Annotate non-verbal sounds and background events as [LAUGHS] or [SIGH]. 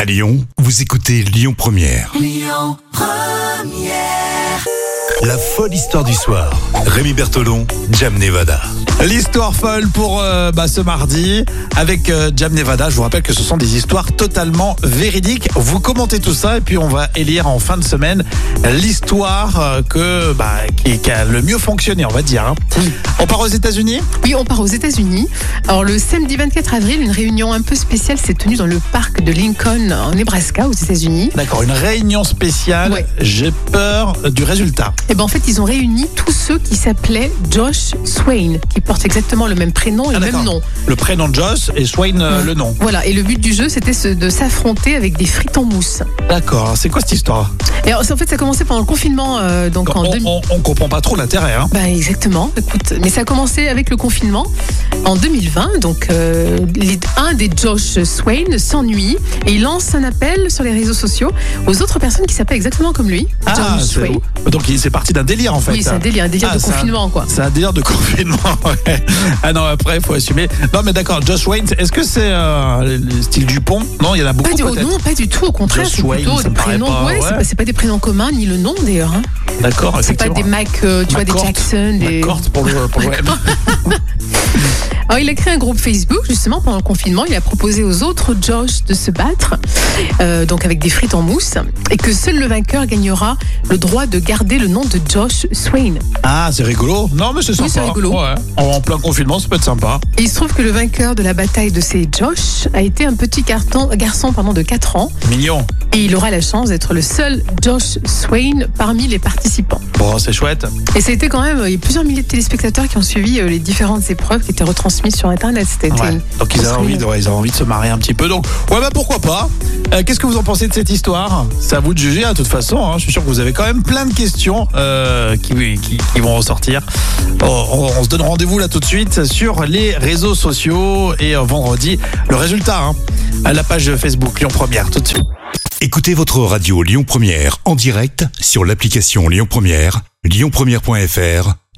À Lyon, vous écoutez Lyon Première. Lyon Première. La folle histoire du soir. Rémi Bertolon, Jam Nevada. L'histoire folle pour euh, bah, ce mardi avec euh, Jam Nevada. Je vous rappelle que ce sont des histoires totalement véridiques. Vous commentez tout ça et puis on va élire en fin de semaine l'histoire euh, que bah, qui, qui a le mieux fonctionné, on va dire. hein. Hmm. On part aux États-Unis Oui, on part aux États-Unis. Alors, le samedi 24 avril, une réunion un peu spéciale s'est tenue dans le parc de Lincoln, en Nebraska, aux États-Unis. D'accord, une réunion spéciale. Ouais. J'ai peur du résultat. Et ben, en fait, ils ont réuni tous ceux qui s'appelaient Josh Swain, qui portent exactement le même prénom et le Ah, d'accord. même nom. Le prénom de Joss et Swain euh, Ouais. le nom. Voilà. Et le but du jeu, c'était ce- de s'affronter avec des frites en mousse. D'accord, c'est quoi cette histoire Et alors, c'est- en fait, ça a commencé pendant le confinement, euh, donc en on, 2000. on- on comprend pas trop l'intérêt. hein. Ben, exactement, écoute, mais ça a commencé avec le confinement en 2020. Donc, euh, les- un des Josh Swain s'ennuie et il lance un appel sur les réseaux sociaux aux autres personnes qui s'appellent exactement comme lui. Ah, Josh c'est- Swain. donc il- c'est parti d'un délire en fait. Oui, c'est un délire, un délire Ah, de c'est un- confinement, quoi. C'est un délire de [LAUGHS] confinement. ouais. Ah non, après, faut assumer. Non, mais d'accord, Josh Wayne, est-ce que c'est euh, le style Dupont Non, il y en a Pas beaucoup du, peut-être. non, pas du tout, au contraire, Josh c'est Swain, plutôt ça des me paraît prénoms. pas, ouais, ouais. C'est, pas, c'est pas des prénoms communs, ni le nom d'ailleurs. hein. D'accord, C'est pas des effectivement. Mac, euh, tu vois, des McCourt. Jackson. Des... McCourt pour le, pour le [LAUGHS] M. Alors, il a créé un groupe Facebook justement pendant le confinement. Il a proposé aux autres Josh de se battre, euh, donc avec des frites en mousse, et que seul le vainqueur gagnera le droit de garder le nom de Josh Swain. Ah, c'est rigolo. Non, mais c'est sympa. c'est rigolo. Ouais. En, en plein confinement, ça peut être sympa. Et il se trouve que le vainqueur de la bataille de ces Josh a été un petit carton- garçon pardon, de 4 ans, Mignon. et il aura la chance d'être le seul Josh Swain parmi les participants. Bon, c'est chouette. Et ça a été quand même, euh, il y a plusieurs milliers de téléspectateurs qui ont suivi euh, les différentes épreuves qui étaient retransmises sur Internet. C'était Ouais. Donc ils on avaient, se envie met- de, ouais, ils avaient envie de se marier un petit peu. Donc, ouais, bah pourquoi pas Euh, Qu'est-ce que vous en pensez de cette histoire C'est à vous de juger, hein, de toute façon. hein. Je suis sûr que vous avez quand même plein de questions euh, qui, qui- qui vont ressortir. On, on- on se donne rendez-vous là tout de suite sur les réseaux sociaux et euh, vendredi, le résultat hein, à la page Facebook Lyon Première. Tout de suite. Écoutez votre radio Lyon Première en direct sur l'application Lyon Première, lyonpremière.fr